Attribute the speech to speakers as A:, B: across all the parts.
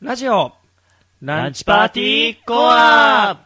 A: ラジオ
B: ランチパーティーコア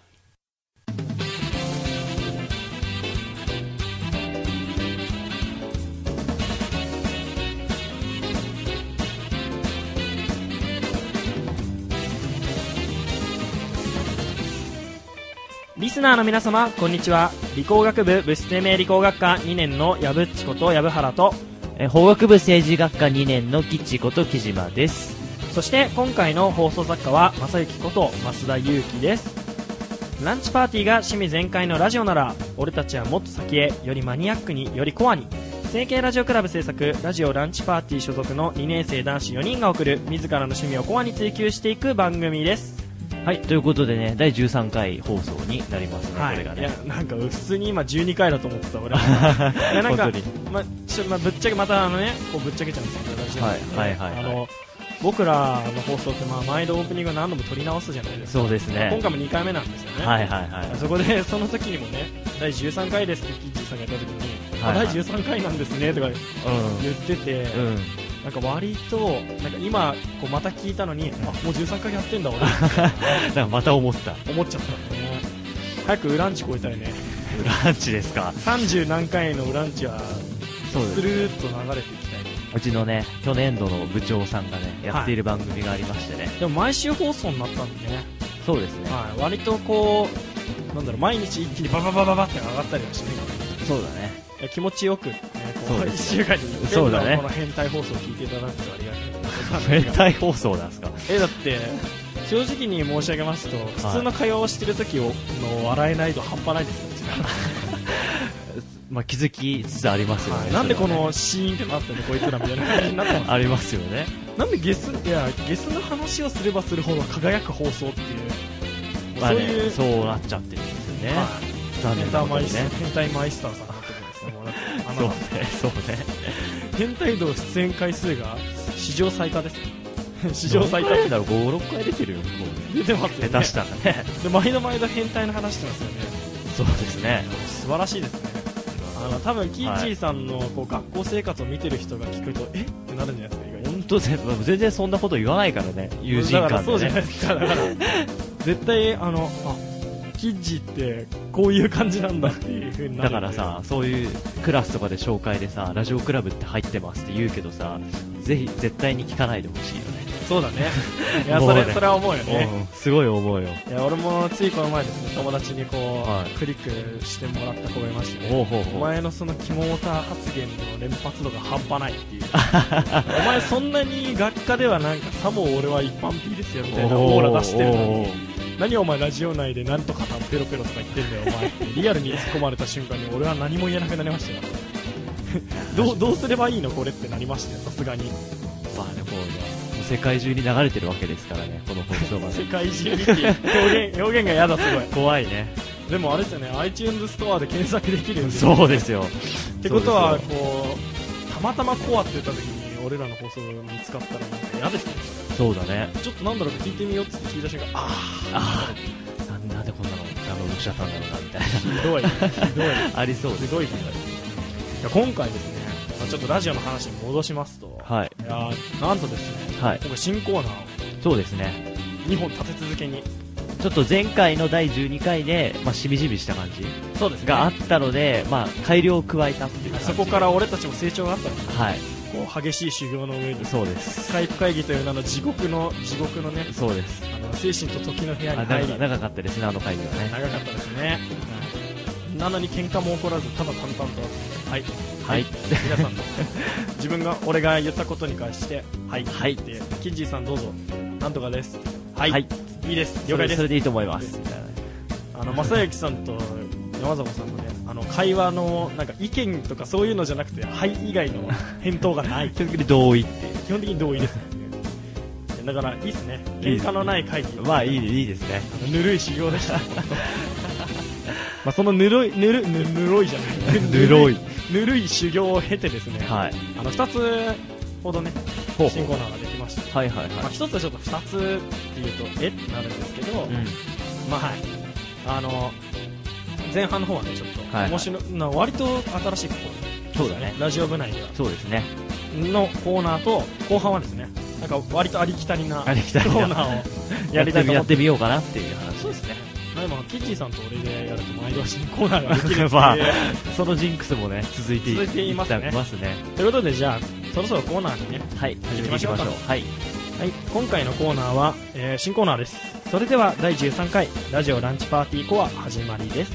A: リスナーの皆様こんにちは理工学部物質生命理工学科2年の矢ぶっちこと矢ぶ原と
B: えー法学部政治学科2年のキッチこと木島です。
A: そして今回の放送作家は正幸こと増田裕樹ですランチパーティーが趣味全開のラジオなら俺たちはもっと先へよりマニアックによりコアに成形ラジオクラブ制作ラジオランチパーティー所属の2年生男子4人が送る自らの趣味をコアに追求していく番組です
B: はい、ということでね、第13回放送になりますね、これが
A: いや
B: ね。
A: なんか普通に今12回だと思ってた 俺はいやなんか
B: 本当に
A: まちょまぶっちゃけまたあのねこうぶっちゃけちゃうんですけどラジオ
B: はい
A: なんで
B: はいはいはい
A: あの僕らの放送ってまあ毎度オープニングを何度も撮り直すじゃないですか
B: そうです
A: 今
B: ね。
A: 回も2回目なんですよね、
B: はいはいはい。
A: そこでその時にもね第13回ですってキッチーさんが言った時に、
B: はいは
A: あ
B: い
A: 第13回なんですねとか言ってて、
B: うん。うん。
A: なんか割となんか今こうまた聞いたのに、あもう13回やってんだ俺
B: なんかまた思った。
A: 思っちゃったんだね 早くウランチ超えたいね
B: ランチですか。
A: 30何回のウランチは
B: そうです
A: スルーっと流れていきたいね
B: うちのね、去年度の部長さんがね、やっている番組がありましてね。
A: でも毎週放送になったんでね、
B: そうですね。
A: はい、割とこうなんだろう毎日一気にバババババって上がったりはしない
B: そうだね。
A: いや気持ちよく、ね、こ
B: そう
A: う
B: で
A: 一
B: す
A: 週間に一
B: そう
A: 回
B: だ
A: の
B: ね
A: この変態放送を聞いていただくとありがたい
B: 変態放送なんですか。
A: えだって正直に申し上げますと普通の会話をしてる時をの笑えない度半端ないですようちら
B: まあ、気づきつつありますよ
A: は
B: ね。
A: いなんで
B: そ
A: こ
B: れはね
A: のシーンってなってんのこいつらみたい な感じになってます
B: ありますよね。
A: なんでゲスいやゲスの話をすればするほど輝く放送っていう、
B: まあ
A: そう
B: ね
A: いう
B: そうなっちゃってるんですよね。
A: はい
B: 残
A: 変
B: 念な
A: 態
B: こと
A: マイ
B: に
A: ス
B: ね。
A: 変態マイスターさんになってくるんですねもうだってあ
B: そう
A: の
B: ね、そうね。
A: 変態道出演回数が史上最多です史上最多って
B: だろう、5、6回出てるよ、もうね。
A: 出てますよ
B: 下
A: ね
B: 手したらね。
A: で毎度毎度変態の話してますよね
B: そうですね。
A: 素晴らしいですねあの多分キーチーさんのこう学校生活を見てる人が聞くと、えってなるんじゃないですか意外と
B: 本当ぜ全然そんなこと言わないからね、友人
A: だから
B: 間
A: そうじ
B: で
A: ゃない
B: ね。
A: ですかだから絶対あのあキッジってこういう感じなんだっていうふうになる
B: だからさ、そういうクラスとかで紹介でさ、ラジオクラブって入ってますって言うけどさ、ぜひ絶対に聞かないでほしいよ
A: そうだねいや
B: も
A: そう
B: ね
A: れそれは思うよ
B: ね。
A: ね
B: うんすごい思うよ。
A: いや俺もついこの前ですね友達にこう、
B: はい
A: クリックしてもらった子がいましてね
B: ほうほう
A: お
B: ほう。
A: 前のそのキモーター発言の連発度が半端ないっていう お前そんなに学科ではなんかさも俺は一般 P ですよみたいなオーラ出してるのに何お前ラジオ内でなんとかさんペロペロとか言ってんだよお前ってリアルに突っ込まれた瞬間に俺は何も言えなくなりましたよ どうどうすればいいのこれってなりましたよさすがに
B: まあね、こうね、もう世界中に流れてるわけですからね、この放送が
A: 世
B: ね。
A: 界中にっていう表現表現が嫌だすごい
B: 怖いね。
A: でもあれですよね iTunes ストアで検索できるんですよ
B: そうですよ。
A: ってことは
B: そう
A: こうたまたまコアって言った時に俺らの放送見つかったらなんか嫌ですね
B: そうだね。
A: ちょっとなんだろうか聞いてみようっつって聞いた瞬間あ
B: ああ、なんなんでこんなの、ダメ押しちゃったんだろうな、みたい
A: ひどいひどい
B: な。ありそうです。
A: ひどいひどいいや今回ですね、まあ、ちょっとラジオの話に戻しますと、
B: はい。
A: いやーなんとですね
B: はい。
A: 今回新コーナーを
B: そうですね。
A: 2本立て続けに
B: ちょっと前回の第12回で、まあ、しみじみした感じ
A: そうです
B: があったので、まあ、改良を加えたっていう感じ。
A: そこから。俺たちも成長があったんです
B: はい。
A: こう激しい修行の上に
B: そうです。
A: スカイプ会議という名の地獄の地獄のね
B: そうです。
A: あの精神と時の部屋
B: あ
A: に
B: 長
A: 入り
B: か長かったですね、あの回ではね。
A: 長かったですね、なのに喧嘩も起こらずただ淡々とはい
B: はい。
A: 皆さんの自分が俺が言ったことに関してはい
B: はい
A: ってキッジーさんどうぞなんとかですはい、
B: はい
A: い、いです了
B: そ
A: 解
B: れ
A: で
B: そ
A: す
B: れでいいと思います。
A: あの正行さんと山迫さんのねあの会話のなんか意見とかそういうのじゃなくてはい以外の返答が ない
B: 基本的に同意っていう。
A: 基本的に同意ですねだからいいですね
B: いいで
A: 喧
B: す
A: 嘩のない会議
B: まあ、いい、いいですね。
A: ぬるい修行でした まあそのぬるいぬるぬぬるいじゃない
B: ぬるい
A: ぬるい修行を経てですね、
B: はい。
A: あの2つほどね
B: ほうほ
A: 新
B: う
A: コーナーができました、
B: はいはい
A: まあ、
B: は
A: 1つはちょっと2つっていうとえってなるんですけど、
B: い。うん。
A: まあはいあの前半の方はねちょっと
B: はいはい
A: 面白い、な割と新しい試み
B: そうだね。
A: ラジオ部内では
B: そうですね。
A: のコーナーと後半はですねなんか割とありきたりなコ
B: ありきたり
A: ー
B: な
A: ナーをやりたいと思
B: やっ
A: ってて
B: みようかなっていう話
A: そう
B: で
A: ですす
B: ね
A: ね。まあ今キッチンさんと俺でやると毎度新コーナーができるっていう
B: まあそのジンクスもね続いてい
A: 続いていますね
B: いますね
A: ということでじゃあそろそろコーナーにね、
B: はい始めていきましょう
A: 行きましょ
B: はい
A: はい、今回のコーナーは、えー新コーナーですそれでは第13回ラジオランチパーティーコア始まりです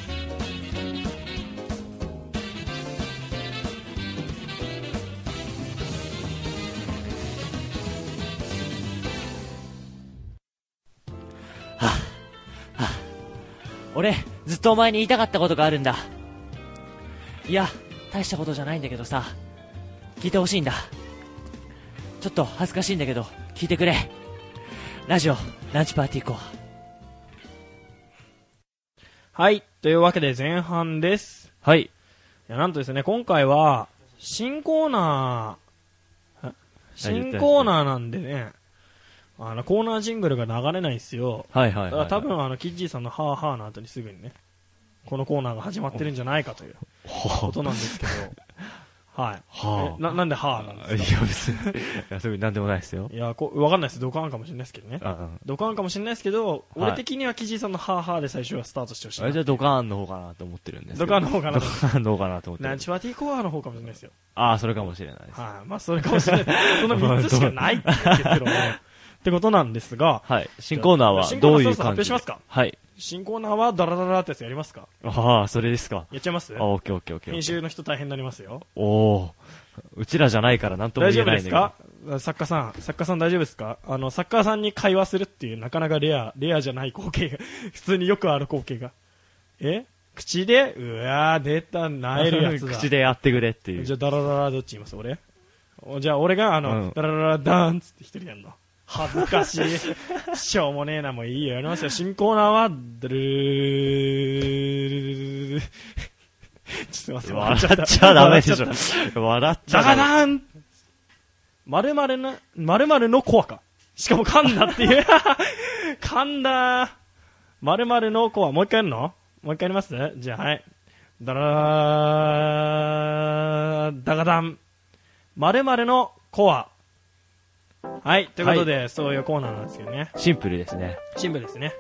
C: 俺ずっとお前に言いたかったことがあるんだいや大したことじゃないんだけどさ聞いてほしいんだちょっと恥ずかしいんだけど聞いてくれラジオランチパーティー行こう
A: はいというわけで前半です
B: はい
A: いやなんとですね今回は新コーナーあ新コーナーなんでねあのコーナージングルが流れないんですよ
B: はいはい
A: だ
B: は
A: から
B: いはい
A: 多分あのキッジーさんの「ハーハー」の後にすぐにねこのコーナーが始まってるんじゃないかというこ
B: は
A: となんですけど はい
B: あは
A: えななんで「ハー」なん
B: あい
A: ですか
B: や別にいやそういうなんでもないですよ
A: いやこわかんないですドカンかもしれないですけどね
B: あ
A: ドカンかもしれないですけど、
B: はい
A: 俺的にはキジさんのハーハーで最初はスタートしてほしい
B: あれじゃあドカーンの方かなと思ってる んですけど
A: ドカンの方かな
B: ドカーンの方かなと思って
A: ラン
B: る
A: チパーティーコアの方かもしれないですよ。
B: ああそれかもしれないです
A: はい。まあ、それかもし れない。その3つしかないって言うんですけども。ってことなんですが、
B: はい新コーナーは
A: 新コー
B: ど
A: ナー
B: ういう
A: そろそろ発
B: 感
A: 表
B: じ
A: しますか
B: はい
A: 新コーナーはダラダラってやつやりますか
B: ああそれですか
A: やっちゃいます
B: あオッケーオッケーオッケー
A: 編集の人大変になりますよ。
B: おおーうちらじゃないからなんとも
A: 大
B: 言
A: 丈
B: え
A: 夫
B: ない
A: で
B: ん
A: す
B: だけど
A: か作家さん、作家さん大丈夫ですかあの、作家さんに会話するっていう、なかなかレア、レアじゃない光景が、 普通によくある光景が。え口でうわー、出た、なえるやつだ。
B: 口でやってくれっていう
A: じゃあ、ダラララどっち言います俺おじゃあ、俺が、あの、
B: うん
A: ダラララダーンっつって一人やんの。恥ずかし い。しょうもねえな、もういいよ。やりますよ。新コーナーは、ドゥルルルルルルルルちょっとすいません。
B: 笑っちゃダメでし
A: 笑っちゃっ
B: ょ。笑ったちゃ
A: ダガ
B: ダ
A: ダ
B: メ。
A: ーン〇〇な、〇〇のコアか。しかも噛んだっていう。 噛んだ〇〇のコア。もう一回やるのもう一回やりますじゃあ、はい。だらー、だがだん。〇〇のコア。はい。ということで、そういうコーナーなんですけどね。
B: シンプルですね。
A: 新聞ですね。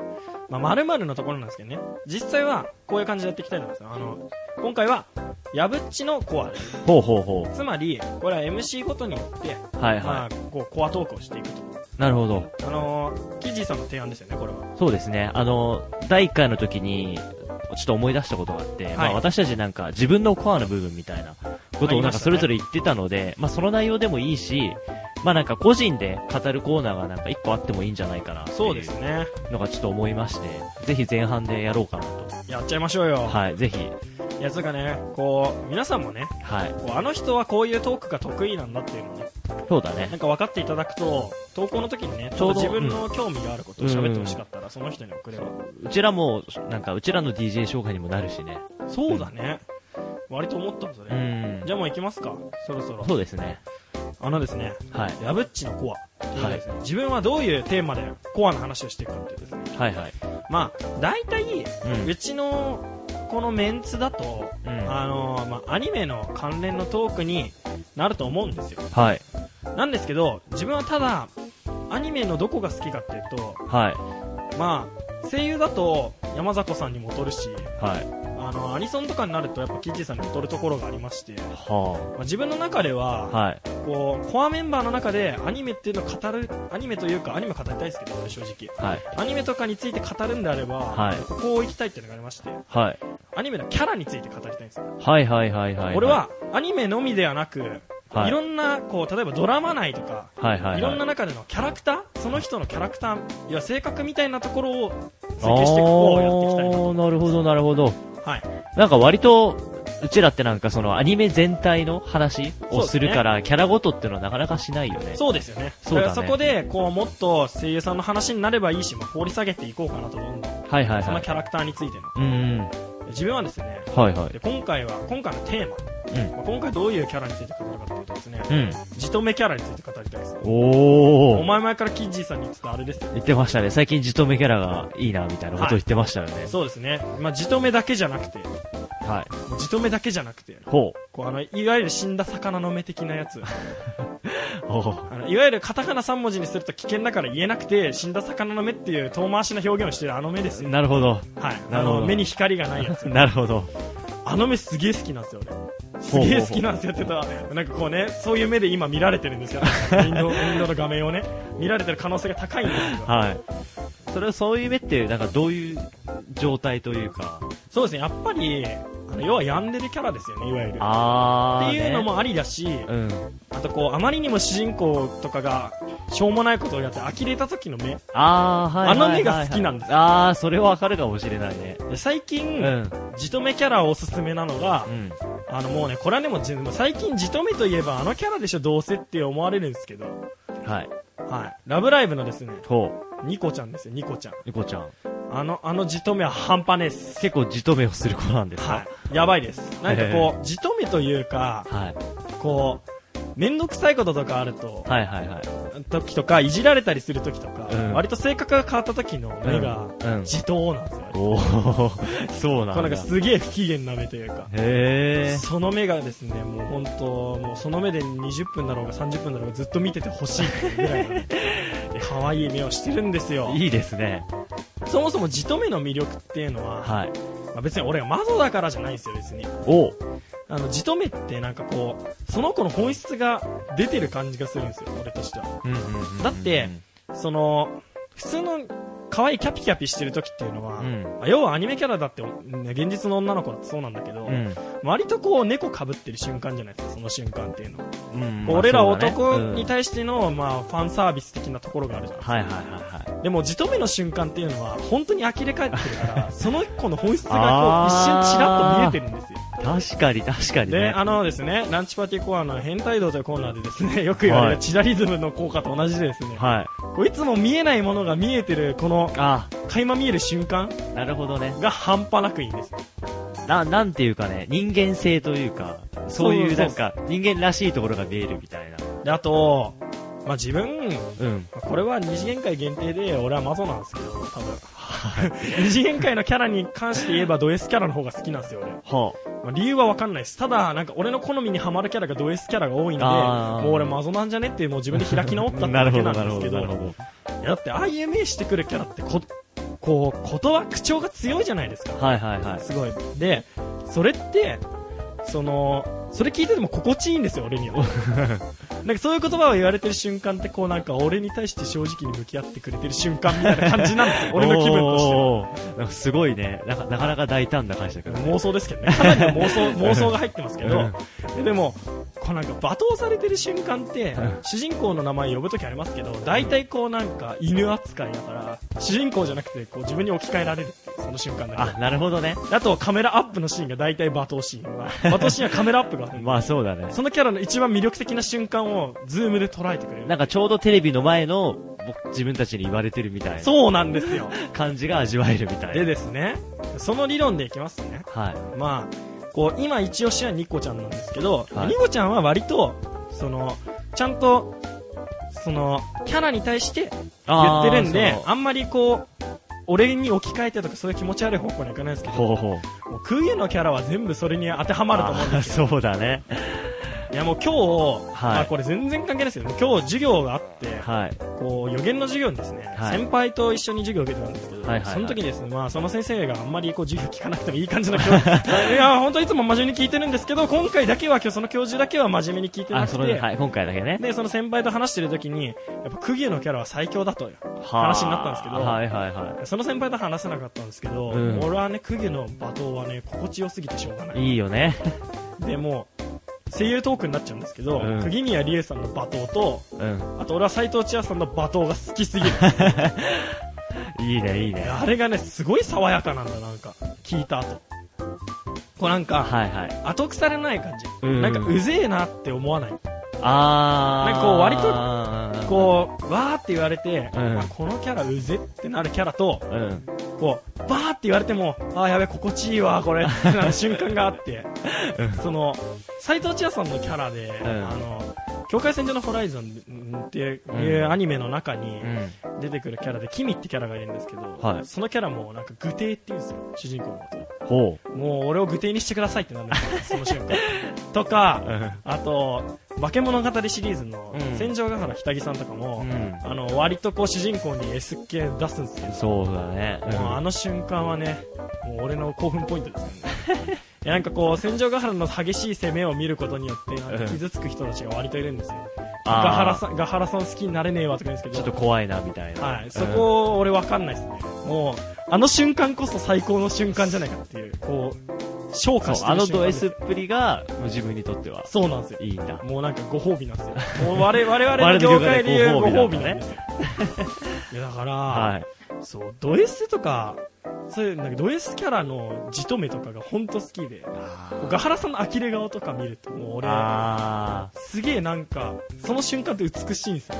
A: まあ、〇〇のところなんですけどね。実際は、こういう感じでやっていきたいんですよ。あの、今回は、やぶっちのコアです。
B: ほうほうほ
A: つまり、これは MC ごとによって、
B: う。はい
A: ま
B: は
A: あ、こう、コアトークをしていくと。
B: い。なるほど。
A: あのー、キジーさんの提案ですよね、これは。
B: そうですね。あの、第1回の時に、ちょっと思い出したことがあって、まあ私たちなんか自分のコアの部分みたいなこ
A: あ
B: と
A: り
B: をな
A: ま
B: んか
A: したね
B: それぞれ言ってたので、まあその内容でもいいし、まあなんか個人で語るコーナーがなんか1個あってもいいんじゃないかなって
A: そう
B: い
A: です
B: う
A: ね。
B: のがちょっと思いまして、ぜひ前半でやろうかなと。
A: やっちゃいましょうよ。
B: はい、ぜひ。
A: い、や、つうかね、こう、皆さんもね、
B: はい。
A: こうあの人はこういうトークが得意なんだっていうのをね、
B: そうだね
A: な。んか分かっていただくと、投稿の時にね、
B: ち
A: ちょ
B: ょう
A: うど
B: ど
A: 自分の興味があることを喋ってほしかったら、その人に送れば。
B: うちらも、なんかうちらの DJ 紹介にもなるしね。
A: そうだね。割と思ったんですよ
B: う
A: ね。
B: ん
A: じ。ゃあもう行きますか、そろそろ。
B: そうですね。
A: あのですね、
B: はい。
A: やぶっちのコアということでですね、自分はどういうテーマでコアの話をしていくかっていうですね。
B: はいはい。
A: まあ、大体、
B: うん
A: うちのこのメンツだと、
B: うん
A: あのまあ、アニメの関連のトークになると思うんですよ
B: はい。
A: なんですけど自分はただアニメのどこが好きかっていうと、
B: はい。
A: まあ、声優だと山里さんにも劣るし
B: はい。
A: あのアニソンとかになるとやっぱキッチンさんに劣るところがありまして、ま
B: は
A: あ、自分の中で
B: あ。
A: は
B: はい。
A: こうコアメンバーの中でアニメっていうのを語るアニメというかアニメ語りたいですけど俺正直
B: はい。
A: アニメとかについて語るんであれば、
B: はい
A: ここを行きたいっていうのがありまして
B: はい。
A: アニメのキャラについて語りたいんですよ、
B: はいはいはいはい。
A: 俺、はアニメのみではなく、
B: はい
A: い、ろんなこう例えばドラマ内とか、
B: はいはいい。
A: ろんな
B: ね、
A: 中でのキャラクターその人のキャラクターいや性格みたいなところを追求していく方をやっていきたいなと、
B: なるほどなるほど。
A: はい、
B: なんか割と、うちらってなんかそのアニメ全体の話をするから、キャラごとっていうのはなかなかしないよね。
A: そうですよね
B: そうだね
A: からそこでこうもっと声優さんの話になればいいし、まあ、掘り下げていこうかなとどんどん
B: はいはい
A: そ
B: は
A: の
B: い
A: キ。ャラクターについての
B: うんうん。
A: 自分はですね
B: はいはい。
A: で今回は今回のテーマ
B: うん
A: まあ、今回どういうキャラについて語るかっていうとですね、
B: うん。
A: じとめキャラについて語りたいですね
B: お
A: お
B: ー。
A: 前前からキッジーさんに言ってたあれですよ
B: 言ってましたね。最近じとめキャラがいいな、みたいなことを言ってましたよね。
A: そうですね、まあ、じとめだけじゃなくて
B: はい。
A: もうじとめだけじゃなくて
B: ほ
A: こうあのいわゆる死んだ魚の目的なやつ
B: う。おー。
A: あのいわゆるカタカナ3文字にすると危険だから言えなくて死んだ魚の目っていう遠回しな表現をしてるあの目ですよ
B: なるほど。
A: はい
B: な
A: あ
B: るほど
A: の目に光がないやつ
B: なるほど。
A: あの目すげえ好きなんですよ俺 すげえ好きなんですよって言ったらなんかこうねそういう目で今見られてるんですよイン ドインドの画面をね見られてる可能性が高いん ですよ
B: はい。それはそういう目って、なんかどういう状態というか。
A: そうですねやっぱりあの要はヤンデレキャラですよねいわゆる
B: あ
A: っ
B: ー、
A: て
B: ね。
A: いうの。もありだし、
B: うん。
A: あとこうあまりにも主人公とかがしょうもないことをやって呆れた時の目
B: あー、はいはいはい、は
A: あ
B: い。
A: の目が好きなんです
B: あー、それはわかるかもしれないね。
A: で最近、
B: うん。
A: じとめキャラおすすめなのが
B: う、ん。
A: あのもうねこれはねもう全部最近じとめといえばあのキャラでしょどうせって思われるんですけど
B: はい。
A: はい、ラブライブのですね、
B: ほ
A: ニコちゃんですよ、ニコちゃん。
B: う。ゆこちゃん。
A: あの、あのじとめは半端ねえっす。
B: 結構じとめをする子なんですか
A: はい。やばいです。なんかこ う、じとめというか、
B: はい。
A: こう、めんどくさいこととかあると、
B: はいはいはい。
A: 時とか、いじられたりする時とか、
B: うん
A: 割と性格が変わった時の目が、
B: うんうん
A: じとうなんですよ。
B: おお、 そう
A: こう
B: な
A: なんか
B: んだ。
A: すげえ不機嫌な目というか、
B: へえ。
A: その目がですね、もう本当、もうその目で20分だろうが30分だろうがずっと見ててほしいっていうぐら いの、可愛い目をしてるんですよ。
B: いいですね。
A: そもそもじとめの魅力っていうのは、
B: はい。
A: まあ、別に俺が魔女だからじゃないんですよ別に
B: お
A: あのじとめってなんかこうその子の本質が出てる感じがするんですよ俺としては
B: うんうんうん
A: だって、その普通の可愛いキャピキャピしてる時っていうのは、
B: うん
A: まあ要はアニメキャラだってね現実の女の子ってそうなんだけど、
B: うん。
A: 割とこう猫かぶってる瞬間じゃないですかその瞬間っていうのは、
B: うん
A: こう俺ら男に
B: い
A: 対しての、まあ、ファンサービス的なところがあるじゃないですか、
B: はいはいはいはい。
A: でもじとめの瞬間っていうのは本当に呆れ返ってるから その子の本質がこう一瞬ちらっと見えてるんですよ
B: 確かに確かに
A: で、
B: ね。
A: あのですね、ランチパーティーコーナーの変態道というコーナーでですね、 よく言われ
B: は
A: る
B: い
A: チラリズムの効果と同じでですね、
B: はい。
A: こういつも見えないものが見えてる、この、
B: あ
A: 垣間見える瞬間
B: ーなるほどね。
A: が半端なくいいんですよ。
B: な、なんていうかね、人間性というか、そういう
A: そ
B: な
A: うんそう
B: か、人間らしいところが見えるみたいな。
A: で、あと、まあ、自分、
B: うん。
A: これは二次元界限定で、俺はマゾなんですけど、多分。 二次元界のキャラに関して言えばド S キャラの方が好きなんですよ、俺。
B: ほ
A: まあ、理由はわかんないです。ただ、なんか俺の好みにハマるキャラがド S キャラが多いんで、
B: あー
A: もう俺マゾなんじゃねっていう、もう自分で開き直った
B: う。
A: って
B: な
A: だ
B: るほ
A: け
B: ど、
A: なん
B: なる
A: です
B: ほ
A: け
B: ど、
A: ど
B: なる、ほど。
A: いやだってああいう目してくるキャラってここう言葉口調が強いじゃないですか
B: はいはいはい。
A: すごいでそれってそのそれ聞いてても心地いいんですよ俺には なんかそういう言葉を言われてる瞬間ってこうなんか俺に対して正直に向き合ってくれてる瞬間みたいな感じなん ですよ俺の気分としては
B: としてなんかすごいねなかなかなか大胆な感じだけどね
A: 妄想ですけどねかなりの妄想妄想が入ってますけ
B: う
A: ど
B: ん
A: ででもこうなんか罵倒されてる瞬間って主人公の名前呼ぶときありますけど大体こうなんか犬扱いだから主人公じゃなくてこう自分に置き換えられるっていうその瞬間だ
B: あなるほどね
A: けあとカメラアップのシーンが大体罵倒シーンは罵倒シーンはカメラアップがある
B: まあそうだね
A: そのキャラの一番魅力的な瞬間をズームで捉えてくれ
B: なん
A: る
B: かちょうどテレビの前の僕自分たちに言われてるみたいな
A: そうなんですよ
B: 感じが味わえるみた い
A: で
B: な
A: ですねその理論でいきますとね
B: はい
A: まあ、こう今一押しはニコちゃんなんですけど、
B: はい
A: ニコちゃんは割とそのちゃんとそのキャラに対して言
B: あ
A: っ
B: ー
A: てるんで
B: その
A: あんまりこう俺に置き換えてとかそういう気持ち悪い方向にはいかないですけど
B: ほうほう
A: もう空輸のキャラは全部それに当てはまると思うんです
B: あーそうだね
A: いやもう今日、
B: はい
A: まあ、これ全然関係ないですけど今日授業があって、
B: はい
A: こう予言の授業にですね、
B: はい
A: 先輩と一緒に授業を受けてたんですけど、
B: はいはいはい
A: その時にですね、まあ、その先生があんまりこう授業聞かなくてもいい感じの教 授いや本当いつも真面目に聞いてるんですけど今回だけは今日その教授だけは真面目に聞いてな
B: あ
A: くて
B: そのはい今回だけね
A: でその先輩と話してる時にやっぱクギのキャラは最強だと
B: はー
A: 話になったんですけど
B: はいはいは
A: その先輩と話せなかったんですけど、
B: うん
A: 俺はねクギの罵倒はね心地よすぎてしょうがない
B: いいいよね
A: でもう声優トークになっちゃうんですけど、
B: うん
A: 釘宮理恵さんの罵倒と
B: うん
A: あと俺は斎藤千恵さんの罵倒が好き すぎる
B: いいねいいね
A: あれがね、すごい爽やかなんだ、なんか、聞いた後。こうなんか、
B: はいはい
A: 後腐れない感じ。
B: うん
A: なんか、うぜえなって思わない。
B: あ
A: な
B: ー
A: んかこう割
B: と
A: こう、わーって言われて、
B: うん
A: あこのキャラうぜってなるキャラと、
B: ううん
A: こう、バーって言われても、あーやべ、心地いいわ、これ、ってなる瞬間があって、その、斎藤千代さんのキャラで、
B: ん
A: あの境界線上のホライゾンっていう
B: うん
A: アニメの中に
B: うん。
A: 出てくるキャラで、キミってキャラがいるんですけど、
B: はい
A: そのキャラもなんか具体って言うんですよ、主人公のこと。
B: ほ
A: もう俺を具体にしてくださいってなるんですよ、その瞬間。とか、
B: う。
A: あと、化け物語シリーズの
B: うん
A: 戦場ヶ原ひたぎさんとかも、
B: うん。
A: あの割とこう主人公に S 系出すんですけど、
B: そうだね。
A: もうあの瞬間はね、もう俺の興奮ポイントですよね。 いやなんかこう、戦場ヶ原の激しい攻めを見ることによって、なんか傷つく人たちが割といるんですよ。
B: あー
A: ガハラさん、ガハラさん好きになれねえわとか言うんです
B: ちょ
A: け
B: っと
A: ど、
B: 怖いな、みたいな。
A: はい、そこ俺わかんないですね。もう、あの瞬間こそ最高の瞬間じゃないかっていう、こう、昇
B: うん
A: 華し
B: そう
A: て
B: あ
A: る
B: の
A: 瞬間
B: ド
A: で
B: S っぷりが、自分にとっては、
A: そうなんですよ。
B: いいんだ。
A: もうなんかご褒美なんですよ。 もう我々我々
B: 我々
A: の
B: の
A: 業
B: 業
A: 界
B: 界
A: で
B: で
A: 言う
B: ご
A: ご
B: 褒美
A: 褒
B: な
A: 美なん
B: んだね
A: ですよ。いやだから、
B: はい。
A: そう、ド S とか、そういう、なんかド S キャラのじとめとかが本当好きで、ガハラさんの呆れ顔とか見ると、もう俺、
B: あ
A: すげえなんか、その瞬間って美しいんですよ。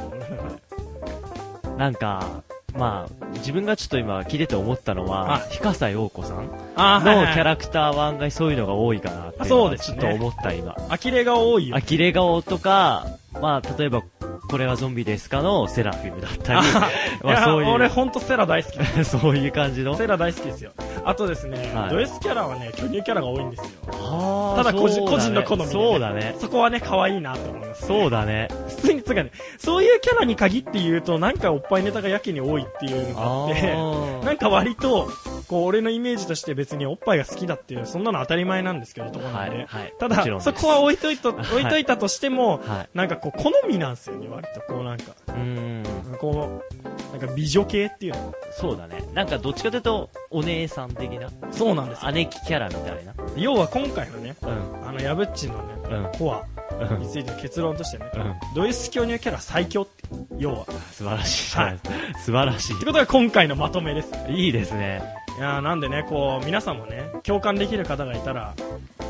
B: ー、なんか、まあ、自分がちょっと今聞いてて思ったの
A: は
B: は、日笠陽子さんのキ
A: あ
B: ャラクターは案外そういうのが多いかなっていうの
A: そうで
B: は
A: す
B: ちょ
A: ね
B: っと思った今。
A: 呆れ顔多いよ。
B: 呆れ顔とか、まあ、例えば、これはゾンビですかのセラフィムだったり、
A: い
B: まあ
A: や
B: そう
A: 俺
B: い
A: ほんとセラ大好きです。
B: う、 そういう感じの。
A: セラ大好きですよ。あとですね、
B: はい
A: ド S キャラはね、巨乳キャラが多いんですよ。
B: た
A: ただ個人個人の好みでね
B: そうだね。
A: そこはね、可愛いなと思います、
B: そうだね。
A: 普通に、つうかね、そういうキャラに限って言うと、なんかおっぱいネタがやけに多いっていうのがあって、なんか割と、こう、俺のイメージとして別におっぱいが好きだっていう、そんなの当たり前なんですけど、ところ
B: は
A: なんで。
B: い、はい。
A: た
B: もちろん
A: だ、
B: で
A: そ
B: す
A: こは置いといた、
B: はい
A: 置いといたとしても、
B: はい。
A: なんかこう、好みなんですよね、割と。こうなんか、
B: うーん。
A: こう、なんか美女系っていうの。
B: そうだね。なんかどっちかというと、お姉さん的な、
A: そうなんですよ。
B: 姉貴キャラみたいな。
A: 要は今回のね、
B: うん。
A: あの、やぶっちのね、
B: うん。
A: コア
B: うん
A: についての結論としてね、
B: うん
A: ドイツ巨乳キャラ最強って、要は。っ
B: 素晴らしい。
A: は
B: はいい。素晴らし
A: てことが今回のまとめです。
B: い。いいですね。
A: いやーなんでね、こう、皆さんもね、共感できる方がいたら、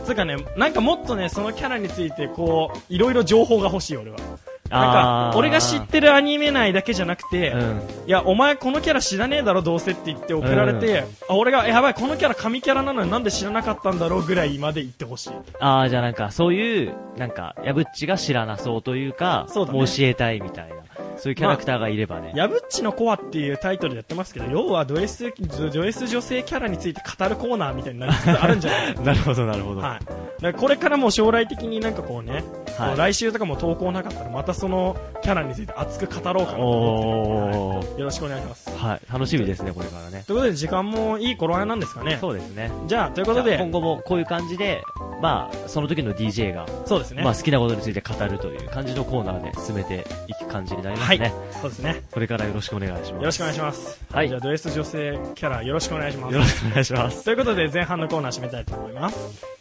A: つうかね、なんかもっとね、そのキャラについて、こう、いろいろ情報が欲しい、俺は。なん
B: あ
A: か、
B: ー
A: 俺が知ってるアニメ内だけじゃなくて、
B: うん。
A: いや、お前このキャラ知らねえだろ、どうせって言って送られて、あ、俺が、えやばい、このキャラ神キャラなのになんで知らなかったんだろうぐらいまで言ってほしい。
B: ああ、じゃあなんか、そういう、なんか、やぶっちが知らなそうというか、
A: そうだね
B: も教えたいみたいな。そういうキャラクターがいればね。
A: やぶっちのコアっていうタイトルでやってますけど、要はド S、ド S 女性キャラについて語るコーナーみたいになりつつあるんじゃない
B: なるほど、なるほど。
A: はい。だからこれからも将来的になんかこうね、
B: はい
A: 来週とかも投稿なかったら、またそのキャラについて熱く語ろうかなと思ってるんで
B: おー。
A: はいよろしくお願いします。
B: はい。楽しみですね、これからね。
A: ということで、時間もいい頃合いなんですかね。
B: そうですね。
A: じゃあ、ということで、
B: 今後もこういう感じで、まあ、その時の DJ が、
A: そうですね。
B: まあ、好きなことについて語るという感じのコーナーで進めていく感じになりま
A: は
B: す
A: い
B: ね。。
A: そうですね。
B: これからよろしくお願いしま
A: よ
B: す。
A: ろしくお願いします。
B: はい
A: じゃあ、ド S 女性キャラよろしくお願いします
B: よ。ろしくお願いします。
A: ということで、前半のコーナー締めたいと思います。